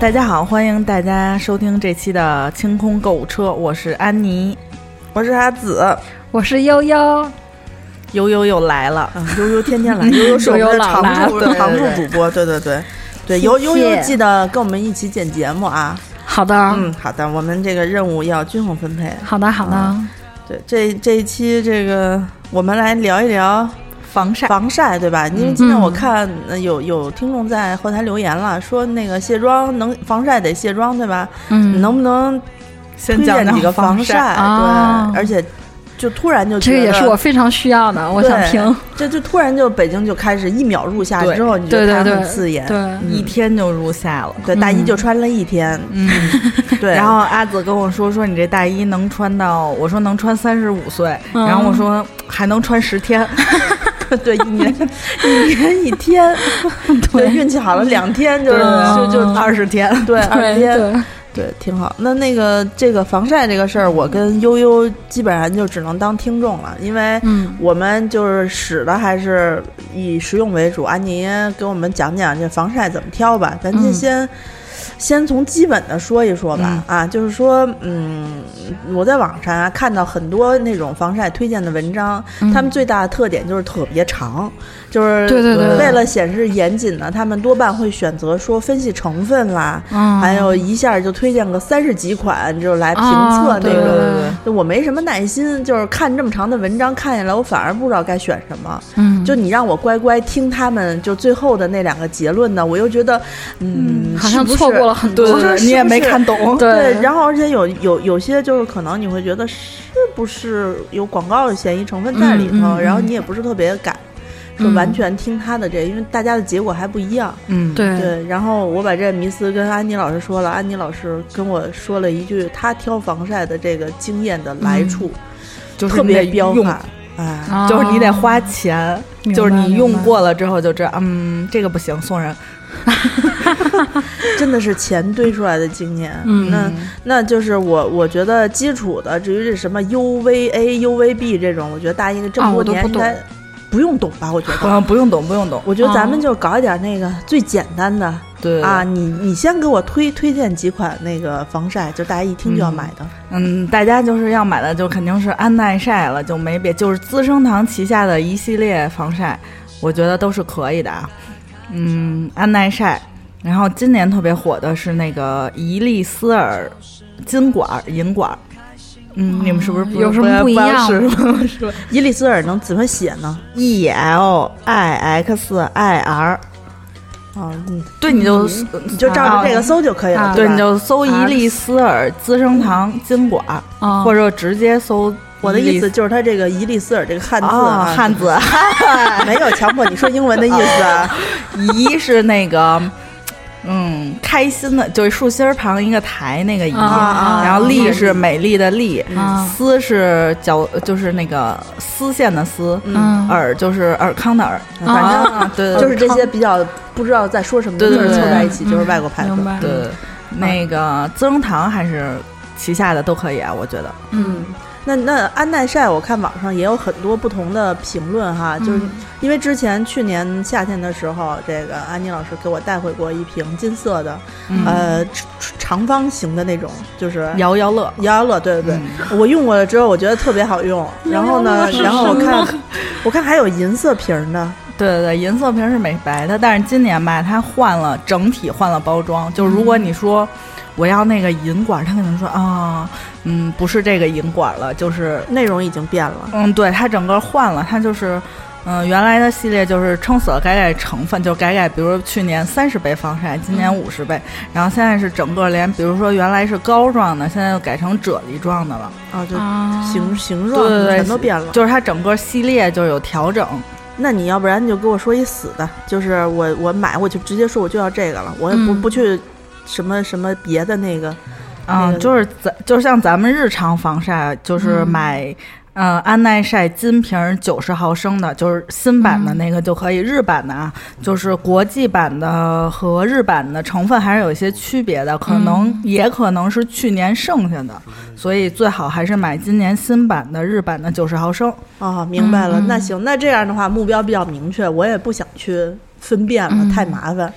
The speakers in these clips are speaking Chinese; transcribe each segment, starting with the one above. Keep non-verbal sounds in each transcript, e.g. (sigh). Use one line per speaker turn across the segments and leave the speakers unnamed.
大家好，欢迎大家收听这期的清空购物车，我是安妮，
我是阿紫，
我是悠悠，
悠悠又来了，
啊，悠悠天天 (laughs) 来，悠悠是我
悠
们的
悠老
常
来
驻
对对
常驻
对
主播，对对对。对，
谢
悠悠悠
谢
记得跟我们一起剪节目啊！
好的，
嗯，好的，我们这个任务要均衡分配。
好的，好的，
对，这这一期这个我们来聊一聊
防晒
防晒，对吧？因为今天
嗯
我看呃有有听众在后台留言了，说那个卸妆能防晒得卸妆，对吧？你
嗯，
能不能
先
推
讲
荐
讲
几个
防
晒？
啊
对，而且就突然就
这个
觉
也是
得
我非常需要的，我想
对
听。
这就突然就北京就开始一秒入夏
对
之后，你就觉
对
得它
对
很
对
刺眼。嗯
对，
一天就入夏了。
对大衣就穿了一天，
嗯， (laughs)
对，
然后阿紫跟我说说你这大衣能穿到，我说能穿三十五岁，
嗯
然后我说还能穿十天，
(laughs) 对一
(laughs)
年一年一天，对运气好了两天就
就是是
就
就就
嗯
二十天。
对二十
对
天，
对，
对挺好。那那个这个防晒这个事儿，我跟悠悠基本上就只能当听众了，因为
嗯，
我们就是使的还是以实用为主。安妮给我们讲讲这防晒怎么挑吧，咱就
嗯
先、先从基本的说一说吧。啊，就是说，嗯，我在网上啊看到很多那种防晒推荐的文章，
嗯
他们最大的特点就是特别长，就是
对对对
为了显示严谨呢，他们多半会选择说分析成分啦，
嗯
还有一下就推荐个三十几款，就来评测
啊
那
对
种。
对对
对
就我没什么耐心，就是看这么长的文章看下来，我反而不知道该选什么。
嗯，
就你让我乖乖听他们就最后的那两个结论呢，我又觉得，嗯，
好像
是不是
错过了很多
对对对
你也没
是不是
看懂。
(laughs) 对
对，然后而且有有有些就是可能你会觉得是不是有广告的嫌疑成分在里头，
嗯嗯嗯
然后你也不是特别敢说
嗯
完全听他的这，因为大家的结果还不一样。
嗯，
对，
对，然后我把这迷思跟安妮老师说了，安妮老师跟我说了一句她挑防晒的这个经验的来处，
就是
特别
你得
彪
用
悍，哎，
啊
就是你得花钱，
明白
就是你用过了之后就知道，嗯，这个不行，送人。
真的是钱堆出来的经验。
嗯
那那就是我我觉得基础的，至于这什么 UVA、UVB 这种，我觉得大家应该这么
啊
多
我都
年
不
应该不用懂吧？我觉得。
嗯，不用懂，不用懂。
我觉得咱们
哦
就搞一点那个最简单的
对
啊，，你你先给我推推荐几款那个防晒，就大家一听就要
嗯
买的。
嗯，大家就是要买的就肯定是安耐晒了，就没别就是资生堂旗下的一系列防晒，我觉得都是可以的啊。嗯，安耐晒，然后今年特别火的是那个嗯怡丽丝尔金管儿银管儿，嗯，你们是不是不
有什么
不
不一
要
样
是吗？
伊丽丝尔能怎么写呢？
E L I X I R，
啊，你
对，你就、
你就照着这个搜就可以了，
啊
对，
吧
你就搜怡丽丝尔资生堂金管儿，
啊，
(laughs) 或者直接搜
我的
伊
意
丽
思就是它这个伊丽丝尔这个汉字
啊，
啊，
汉字。
(laughs) 没有强迫你说英文的意思啊。
怡是那个，嗯，开心的，就是竖心儿旁一个台那个怡，
啊
嗯
啊
然后
啊
丽是美丽的丽，
啊，
丝是脚，就是那个丝线的丝，
嗯，
尔就是尔康的尔，
啊
反正
啊，对，
就是这些比较不知道在说什么的
对
字
对
儿
对
凑在一起，
嗯
就是外国牌子
明。白，
对，对，那个资生堂还是旗下的都可以啊，我觉得，
嗯，
那那安耐晒，我看网上也有很多不同的评论哈，就是
嗯
因为之前去年夏天的时候，这个安妮老师给我带回过一瓶金色的，
嗯
呃，长方形的那种，就是
摇摇乐，
摇摇乐，对对对。
嗯
我用过了之后，我觉得特别好用。然后呢，然后我看，我看还有银色瓶儿呢。
对对对，银色瓶是美白的，但是今年吧，它换了整体换了包装。就是如果你说我要那个银管，它可能说啊，嗯，不是这个银管了，就是
内容已经变了。
嗯，对，它整个换了，它就是。嗯，原来的系列就是撑死了改改成分，就改改，比如去年三十倍防晒，今年五十倍，然后现在是整个连，比如说原来是膏状的，现在又改成啫喱状的了，
啊，就
啊，
形形
对
状
对对
全都变了。
就是它整个系列就有调整。
那你要不然你就给我说一死的，就是我我买我就直接说我就要这个了，我也不、
嗯
不去什么什么别的那个。那
嗯，
个
就是咱就是像咱们日常防晒，就是
嗯
买，嗯、安耐晒金瓶九十毫升的，就是新版的
嗯
那个就可以，日版的啊，就是国际版的和日版的成分还是有一些区别的，可能、
嗯
也可能是去年剩下的，所以最好还是买今年新版的日版的九十毫升。
哦，明白了。
嗯嗯
那行，那这样的话目标比较明确，我也不想去分辨了，
嗯
太麻烦。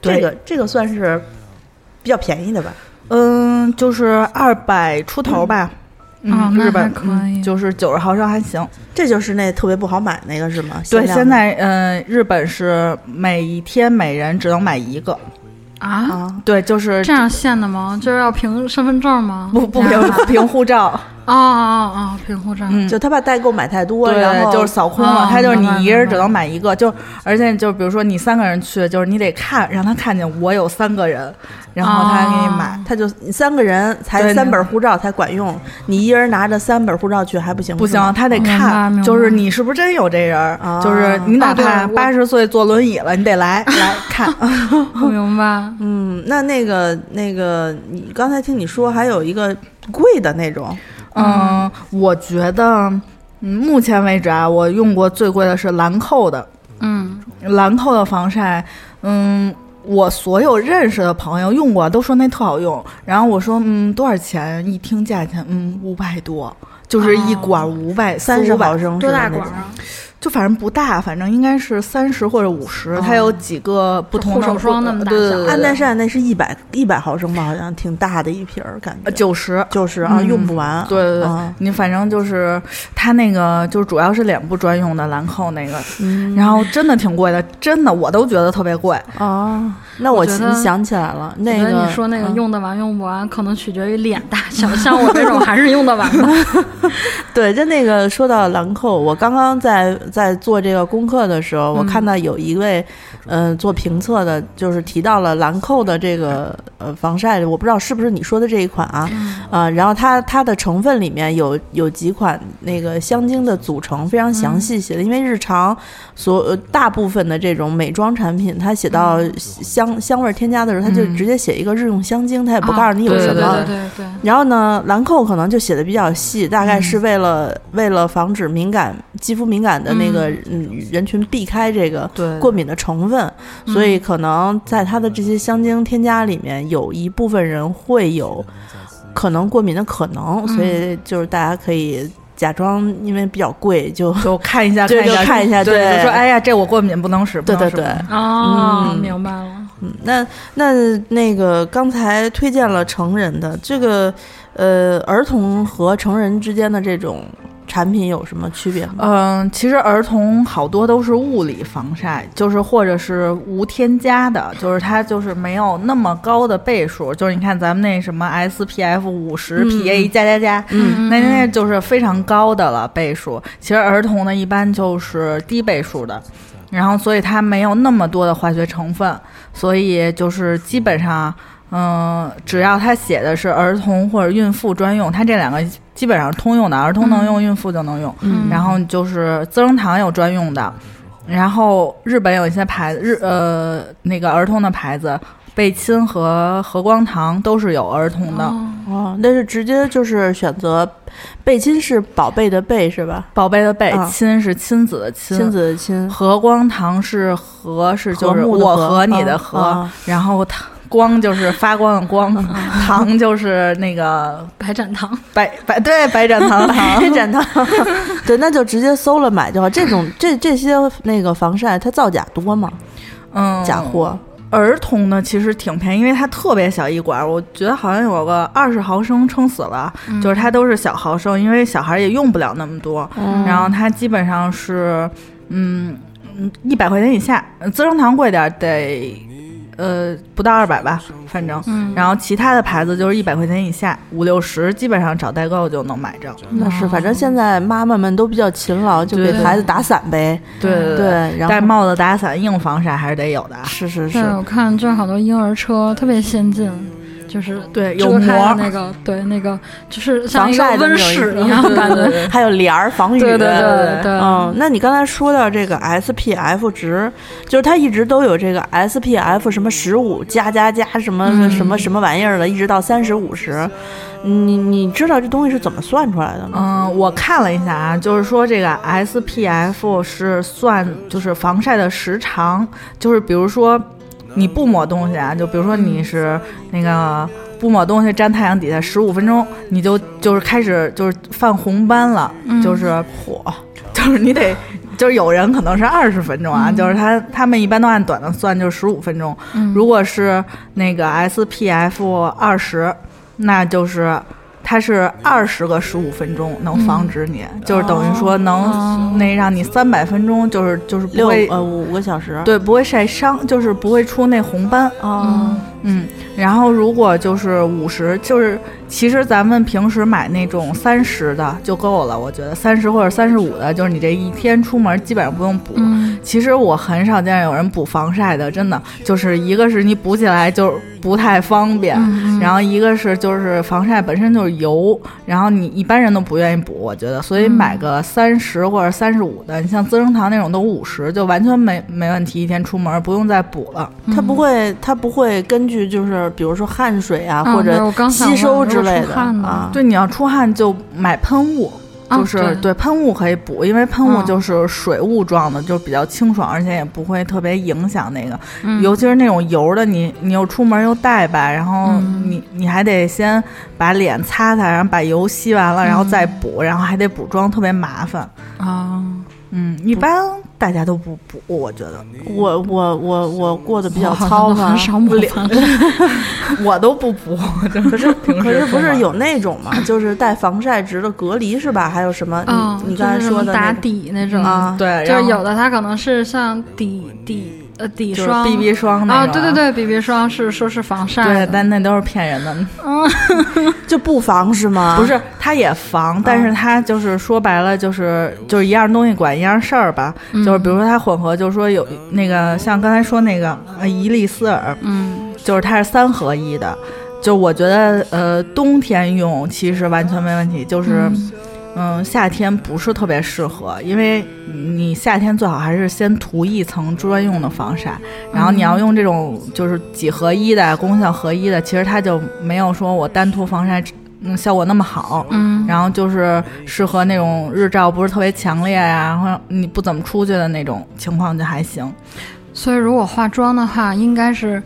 对
这个这个算是。比较便宜的吧？
嗯，就是二百出头吧。
哦
嗯，
那
日本
还可以
嗯就是九十毫升还行。
这就是那特别不好买那个是吗？限
对，
量
现
的
在嗯，日本是每一天每人只能买一个。
啊，
啊，
对，就是
这样限的吗？就是要凭身份证吗？
不不
啊
凭凭
(laughs)
护照，
哦哦哦，凭护照。
嗯，
就他怕代购买太多，然
对，
后
就是扫空了。
哦
他就是你
明白
一人
明白
只能买一个，就而且就比如说你三个人去，就是你得看让他看见我有三个人，然后他给你买
哦。
他就你三个人才
对
三
那
本护照才管用，你一人拿着三本护照去还不行，
不
是
行，
吗
他得
明白明
看，
白
就是你是不是真有这人儿
啊，
就是你哪
哦对
怕
我
八十岁坐轮椅了，你得
(laughs)
来来看。
我明白。
嗯，那那个那个，你刚才听你说还有一个贵的那种，
嗯，我觉得，嗯，目前为止啊，我用过最贵的是兰蔻的，
嗯，
兰蔻的防晒，嗯，我所有认识的朋友用过，都说那特好用。然后我说，嗯，多少钱？一听价钱，嗯，五百多，就是一管五百、
三
四
十
五百
毫，升
多大
是吧
管啊？
就反正不大，反正应该是三十或者五十、
哦
它有几个不同的呃
护手霜那么大
对对
小
对
那
对
种？安
对
耐晒那是一百一百毫升吧，好像挺大的一瓶儿，感觉
呃九十。
就是啊，
嗯
用不完。
对对对，
啊
你反正就是它那个，就是主要是脸部专用的兰蔻那个，
嗯
然后真的挺贵的，真的我都觉得特别贵。
哦，那我
我觉得
想起来了，那
我觉
个
得你说那个
嗯
用得完用不完，可能取决于脸大小，像我这种还是用得完的。
对，就那个说到兰蔻，我刚刚在在做这个功课的时
嗯
候，我看到有一位，嗯、做评测的，就是提到了兰蔻的这个呃防晒，我不知道是不是你说的这一款啊，
(laughs)
啊、然后它它的成分里面有有几款那个香精的组成非常详
嗯
细写的，因为日常所、呃大部分的这种美妆产品，它写到
嗯
香香味儿添加的时候，它就
嗯
直接写一个日用香精，它也不告诉你有
啊
什么。
对对对对对。
然后呢，兰蔻可能就写的比较细，大概
嗯
是为了、为了防止敏感肌肤敏感的那个嗯人群避开这个
对
过敏的成分，
嗯
所以可能在它的这些香精添加里面，有一部分人会有可能过敏的可能，所以就是大家可以假装因为比较贵就。 (laughs)
就看一下，
就
一下，
就看一下
对，
对
就说哎呀，这我过敏，不能使，不
对
能
对
使
对，
哦，
嗯
明白了。
嗯，那那那个刚才推荐了成人的这个，呃，儿童和成人之间的这种产品有什么区别吗？
嗯，其实儿童好多都是物理防晒，就是或者是无添加的，就是它就是没有那么高的倍数。就是你看咱们那什么 SPF 五十
嗯
PA 加加加，
嗯
那那就是非常高的了倍数。其实儿童呢一般就是低倍数的，然后所以它没有那么多的化学成分，所以就是基本上。嗯，只要它写的是儿童或者孕妇专用，它这两个基本上是通用的，儿童能用，孕妇就能用。
嗯
然后就是资生堂有专用的，然后日本有一些牌子，日呃那个儿童的牌子，贝亲和和光堂都是有儿童的。
哦
哦，那是直接就是选择贝亲是宝贝的贝是吧？
宝贝的贝，
嗯
亲是亲子的亲，
亲子的亲，
和光堂是和是就是
和睦的
我
和
和你的
嗯
和，
嗯
然后堂光就是发光
(laughs)
的光，堂就是那个
白展堂，
白白对白展
(laughs)
堂的堂，
白展堂，对，那就直接搜了买就好。这种这这些那个防晒，它造假多吗？
(laughs) 嗯，
假货，
儿童呢，其实挺便宜，因为它特别小一管儿，我觉得好像有个二十毫升撑死了，就是它都是小毫升，因为小孩儿也用不了那么多。然后它基本上是，嗯，一百块钱以下，呃资生堂贵点儿得，呃，不到二百吧，反正。
嗯
然后其他的牌子就是一百块钱以下，五六十，基本上找代购就能买着。
嗯
那是，反正现在妈妈们都比较勤劳，就给
对
孩子打伞呗。
对对
对，然后
戴帽子、打伞、硬防晒还是得有的啊。
是是是
对，，我看就是好多婴儿车特别先进，就是
嗯
对有
遮开的
膜儿
那个，对那个就是像一个
防晒的那
温
种
室
一
一
(laughs)
样感觉。
还有帘儿防雨。
对对对对，
嗯，那你刚才说到这个 SPF 值，就是它一直都有这个 SPF 什么十五加加加什么
嗯
什么什么玩意儿的，一直到三十五十，你你知道这东西是怎么算出来的吗？
嗯，我看了一下啊，就是说这个 SPF 是算就是防晒的时长，就是比如说你不抹东西啊，就比如说你是那个不抹东西站太阳底下十五分钟，你
嗯
(laughs) 就就是开始就是泛红斑了，就是火，就是你得就是有人可能是二十分钟啊，就是他他们一般都按短的算，就是十五分钟。
嗯
如果是那个 SPF 二十，那就是它是二十个十五分钟能防止你，
嗯
就是等于说能那让你三百分钟，就是就是不
哦六
会
呃五个小时，
对不会晒伤，就是不会出那红斑。
哦，
嗯，然后如果就是五十，就是其实咱们平时买那种三十的就够了，我觉得三十或者三十五的，就是你这一天出门基本上不用补。
嗯
其实我很少见有人补防晒的，真的就是一个是你补起来就不太方便，
嗯
然后一个是就是防晒本身就是油，然后你一般人都不愿意补，我觉得，所以
嗯
买个三十或者三十五的，你像资生堂那种都五十，就完全没没问题，一天出门不用再补了。
嗯
它不会，它不会根据就是比如说汗水啊
啊
或
对
者
我刚想
吸收
问
之
如果
类
出
的
汗呢
啊，
对，你要出汗就买喷雾，
啊
就是、
对
喷雾可以补，因为喷雾
嗯
就是水雾状的，就比较清爽，而且也不会特别影响那个。
嗯
尤其是那种油的，你你又出门又带吧，然后
嗯
你、你还得先把脸擦擦，然后把油吸完
嗯
了，然后再补，然后还得补妆，特别麻烦。
啊，
嗯，一般大家都不补，我
(laughs)
觉得
我我我我过得比较
我好像
糙
都
嘛
很，少
(laughs)
抹
脸
防
我都不补。 (laughs) 可是平
可
时
是不
出门
是有那种嘛，就是带防晒值的隔离是吧？还有什么？
啊，
你你刚才
就是
说的
打
那个
底那种
啊
对，
就是
然后
有的它可能是像底底呃底
就是
霜
BB 霜那
啊，
种
对对嗯对，BB 霜是说是防晒
对，
的，
但那都是骗人的。
就不防是吗？
啊
不，是，它也防，但是它就是说白了，就是就是一样东西管一样事儿吧。
嗯
就是比如说它混合，就是说有那个像刚才说那个呃伊丽丝尔，
嗯
就是它是三合一的。就我觉得呃冬天用其实完全没问题，就是
嗯
嗯夏天不是特别适合，因为你夏天最好还是先涂一层专用的防晒，然后你要用这种就是几合一的功效合一的，其实它就没有说我单涂防晒嗯效果那么好。
嗯
然后就是适合那种日照不是特别强烈呀、或者你不怎么出去的那种情况就还行。
所以如果化妆的话，应该是。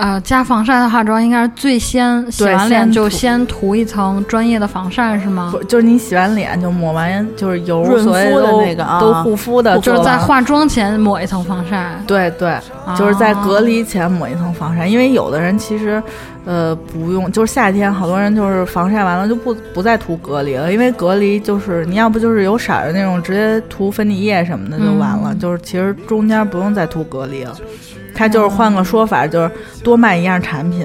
呃，加防晒的化妆应该是最先洗
对
完脸
先
就
涂
先涂一层专业的防晒是吗
不？就是你洗完脸就抹完就是油，
润
所谓
肤的
都
那个啊
都护肤的，
就是
做
在
完
化妆前抹一层防晒，啊
对对，就是在隔离前抹一层防晒，因为有的人其实，呃，不用，就是夏天好多人就是防晒完了就不不再涂隔离了，因为隔离就是你要不就是有色儿的那种，直接涂粉底液什么的就完了，
嗯
就是其实中间不用再涂隔离了。它就是换个说法，就是多卖一样产品。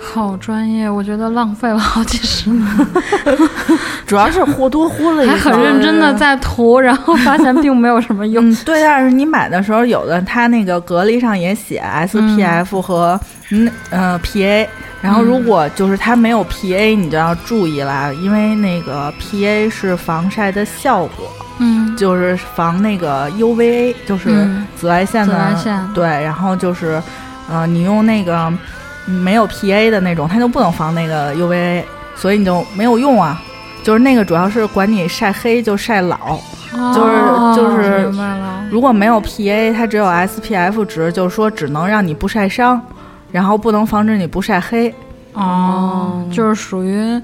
好专业，我觉得浪费了好几十年，
主要是忽多忽了一
还
层，
很认真的在涂，然后发现并没有什么
(laughs)
用。
嗯，对，但是你买的时候，有的它那个隔离上也写
嗯
SPF 和嗯呃 PA，然后如
嗯
果就是它没有 PA，你就要注意啦，因为那个 PA 是防晒的效果，
嗯，
就是防那个 UVA，就是
嗯
紫外线
紫
的、
外线
对，然后就是呃，你用那个没有 PA 的那种，它就不能防那个 UVA，所以你就没有用啊。就是那个主要是管你晒黑就晒老，就是
哦
就是
明白了。
如果没有 PA，它只有 SPF 值，就是说只能让你不晒伤，然后不能防止你不晒黑。
哦，就是属于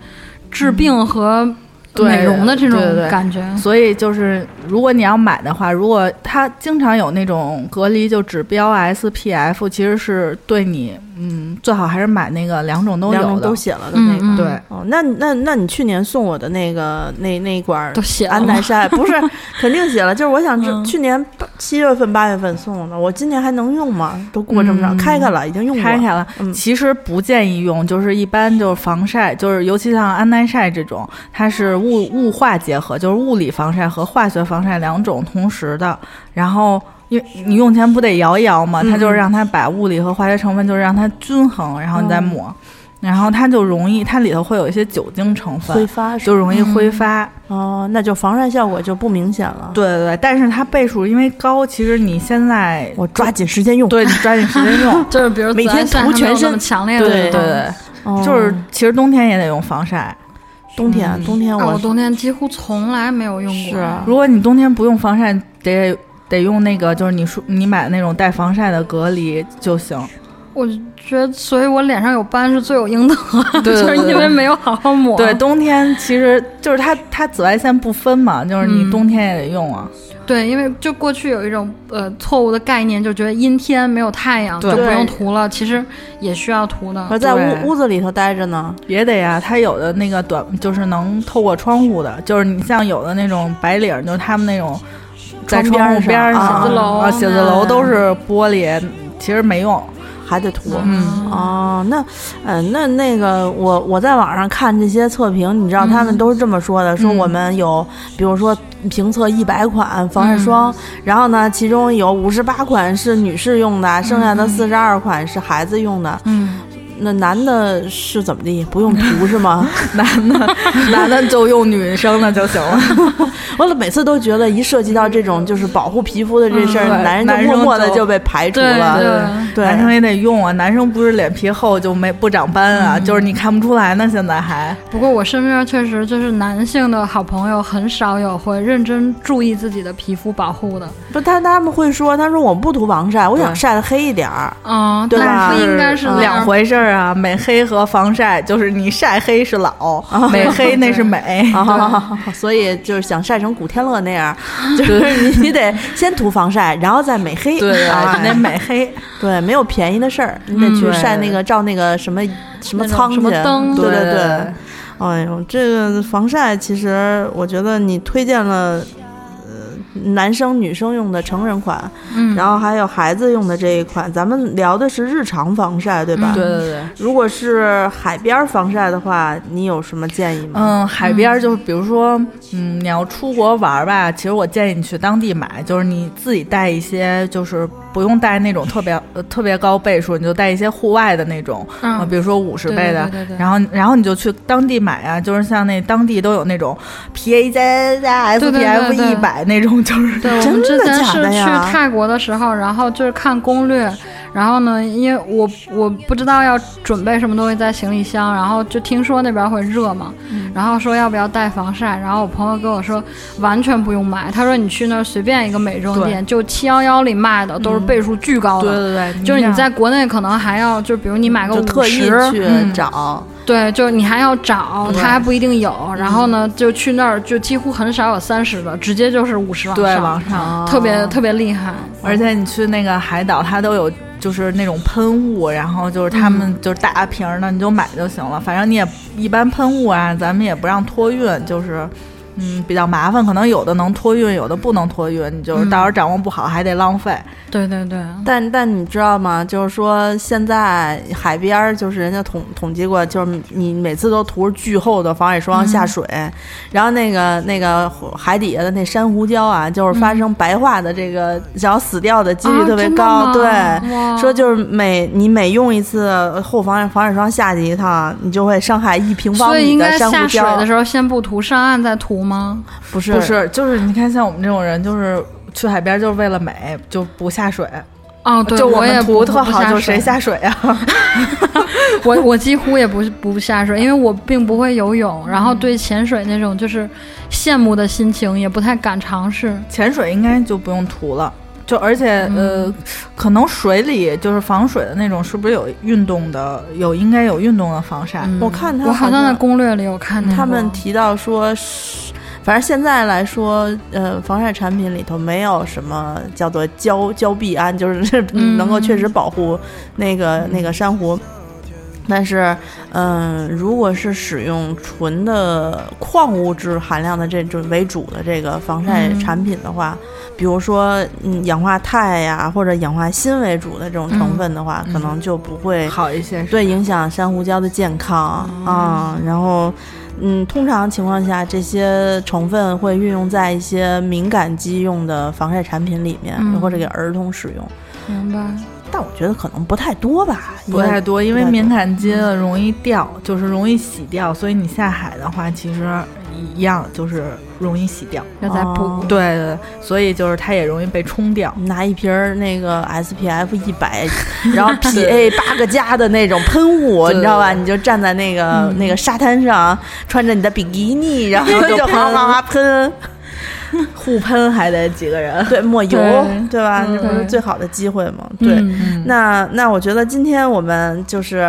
治病和
对
美容的这种
对对对
感觉。
嗯
所以就是，如果你要买的话，如果它经常有那种隔离就指标 SPF，其实是对你，嗯，最好还是买那个两种都
两
有
种
的
都。写了的那个。
嗯
对，
哦，那那那你去年送我的那个那那一管儿
都写
(laughs)
了
安
吗
耐晒不是
哦
肯定写了，就是我想知、
嗯。
去年八七月份八月份送的，我今年还能用吗？都过这么长，
嗯
开开了已经用过
开开了，
嗯
其实不建议用，就是一般就是防晒，就是尤其像安耐晒这种，它是物物化结合，就是物理防晒和化学防晒两种同时的。然后，因为你用前不得摇一摇嘛，
嗯
它就是让它把物理和化学成分就是让它均衡，然后
嗯
你再抹，然后它就容易，它里头会有一些酒精成
挥嗯
分，
发是
就
吧
容易挥发。
哦，那就防晒效果就不明显了。
对对对，但是它倍数因为高，其实你现在
我抓紧时间用，
对你抓紧时间
(laughs)
用
就是比如
每天
紫外
涂
线还没有
全身
那么强烈
对
的这
对
种
对，
哦
就是嗯其实冬天也得用防晒。
冬天，冬天
啊
我
我冬天几乎从来没有用过。
是啊
如果你冬天不用防晒，得得用那个，就是你说你买的那种带防晒的隔离就行。
我觉得，所以我脸上有斑是罪有应得， (laughs)
对对对
就是因为没有好好抹。
对，冬天其实就是它它紫外线不分嘛，就是你冬天也得用啊。
对，因为就过去有一种呃错误的概念，就觉得阴天没有太阳
对
就不用涂了，其实也需要涂的。
而在
对
屋屋子里头待着呢，
也得呀，它有的那个短就是能透过窗户的，就是你像有的那种白领儿，就是他们那种在
窗
窗户
边
边儿
上
上
啊
写字楼
啊，写字楼都是玻璃，其实没用。
还得涂。
嗯
哦，那，呃，那那个，我我在网上看这些测评，你知道他们都是这么说
嗯
的，说我们有，比如说评测一百款防晒霜，
嗯
然后呢，其中有五十八款是女士用
嗯
的，剩下的四十二款是孩子用的。
嗯，
那男的是怎么地？不用涂是吗？
(laughs) 男的男的就用女生的就行了，
我每次都觉得一涉及到这种就是保护皮肤的这事儿，
嗯对
男人
男
就
生
默默的
就
就被排除
对
了。
对，
对，
男生也得用啊。男生不是脸皮厚就没不长斑
嗯
啊，就是你看不出来呢，现在还。
不过我身边确实就是男性的好朋友很少有会认真注意自己的皮肤保护的，
不，他他们会说，他说我不涂防晒，我想
对
晒的黑一点儿。
嗯，
对吧
但是不应该是那样
两。回事儿啊，美黑和防晒，就是你晒黑是老，
哦
美黑那是美。
啊， (laughs) 所以就是想晒成古天乐那
(laughs)
样，就是你你得先涂防晒，然后再美黑。
啊
啊，，
那美黑，
对，没有便宜的事儿，你得去
嗯
晒那个照那个什么什么
那种
苍
什么
去
灯
对
对
对。哎呦，这个防晒其实我觉得你推荐了。呃，男生、女生用的成人款，
嗯，
然后还有孩子用的这一款，咱们聊的是日常防晒，对
嗯
吧？
对对对。
如果是海边儿防晒的话，你有什么建议吗？
嗯，海边儿就是，比如说，嗯，你要出国玩儿吧，其实我建议你去当地买，就是你自己带一些，就是不用带那种特别、呃、特别高倍数，你就带一些户外的那种，
嗯
呃比如说五十
对
倍
对
的，
对对对
然后然后你就去当地买啊，就是像那当地都有那种 PA 加加
对对
SPF
对对
一百那种，就是
对，我
真
们之
的
前
假
是
的
去
呀
泰国的时候，然后就是看攻略，然后呢，因为我我不知道要准备什么东西在行李箱，然后就听说那边会热嘛，然后说要不要带防晒，然后我朋友跟我说完全不用买，他说你去那儿随便一个美妆
对
店，就七幺幺里卖的都是倍数巨高的。
对对
就是你在国内可能还要，就比如你买个
就特意
50
去
嗯
找，
对，就是你还要找，
对
它还不一定
嗯
有。然后呢，就去那儿就几乎很少有三十的，直接就是五十往
对
上，
往上，
特别
哦
特别厉害。嗯
而且你去那个海岛，它都有就是那种喷雾，然后就是他们
嗯
就是大瓶儿的，你就买就行了。反正你也一般喷雾啊，咱们也不让托运，就是嗯比较麻烦，可能有的能托运，有的不能托运，你就是
嗯
到时候掌握不好还得浪费。
对对对，
但但你知道吗？就是说现在海边儿，就是人家统统计过，就是你每次都涂着巨厚的防晒霜
嗯
下水，然后那个那个海底下的那珊瑚礁啊，就是发生白化的这个，然后死掉的几率
嗯啊
特别
真的
高。
吗哦
对，
哇
说就是每你每用一次厚防晒防晒霜下去一趟，你就会伤害一平方
所以
米
应
的
该
珊瑚
下水的
礁。
时候先不涂，上岸再涂吗？
不是
不是，就是你看像我们这种人，就是去海边就是为了美，就不下水。
哦，对，
就
我也
们
不
图特好，就
不
谁
水？
下水啊？ (laughs)
我我几乎也不是不下水，因为我并不会游泳，然
嗯
后对潜水那种就是羡慕的心情也不太敢尝试。
潜水应该就不用涂了。就而且、
嗯
呃，可能水里就是防水的那种，是不是有运动的？有应该有运动的防晒。
嗯
我看他
我好像在
像
攻略里有看见
他们
过
提到说是，反正现在来说，呃，防晒产品里头没有什么叫做胶胶壁胺，就是
嗯
能够确实保护那个、那个珊瑚。但是，嗯、如果是使用纯的矿物质含量的这种为主的这个防晒产品的话，比如说嗯氧化钛呀或者氧化锌为主的这种成分的话，可能就不会
好一些。
对影响珊瑚礁的健康
哦
啊、然后，嗯，通常情况下，这些成分会运用在一些敏感肌用的防晒产品里面，
嗯
或者给儿童使用。
明白。
但我觉得可能不太多吧，
不太多，因为
不太多
敏
嗯
感肌的啊容易掉，就是容易洗掉，所以你下海的话，其实一样就是容易洗掉。
要再补
哦。
对对，对所以就是它也容易被冲掉。
拿一瓶儿那个 SPF 一 (laughs) 百，然后 PA 八个加的那种喷雾，
对
你知道吧？你就站在那个、那个沙滩上，穿着你的比基尼，然后
就
就哗
喷
(laughs) 哗哗喷。
互喷还得几个人。
对，抹油，
对
对吧？
嗯
这不是
对
最好的机会吗？对，
嗯
那那我觉得今天我们就是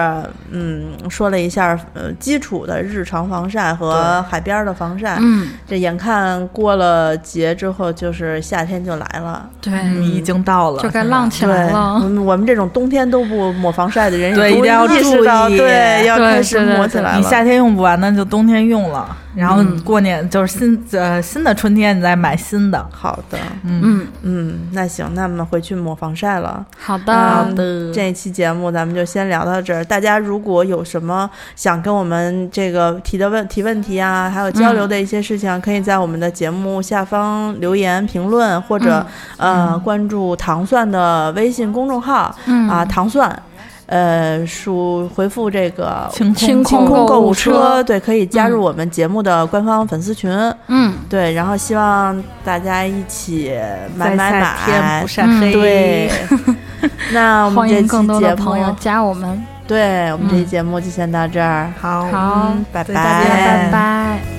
嗯说了一下呃基础的日常防晒和海边的防晒，
嗯，
这眼看过了节之后就是夏天就来了，
对，
嗯，已经到了，
就该浪起
对，
来
我
了。
们我们这种冬天都不抹防晒的人，
对
也终于
一定要
意识到，
注意
对，要
对
开始
对对
抹起
对
来
你
了。
夏天用不完的就冬天用了，然后过年、就是新呃新的春天你再买新的。
好的，
嗯，
嗯，那行，那我们回去抹防晒了。
好
好
的，
的
这一期节目咱们就先聊到这儿。大家如果有什么想跟我们这个提的问提问题啊，还有交
嗯
流的一些事情啊，可以在我们的节目下方留言评论，或者、呃关注糖蒜的微信公众号、
嗯
啊，糖蒜，呃，输回复这个。
清
清
空
空
空
购
物
物车
对，可以加入我们节目的官方粉丝群，
嗯，
对，然后希望大家一起买
在
买买，
夏天不晒
嗯
黑。 (laughs)
对，那我们
欢
这
迎
期
更多
节
的朋友
目，
加我们。
对我们这期节目就先到这儿，好嗯
好
拜
再
拜，
见
拜拜。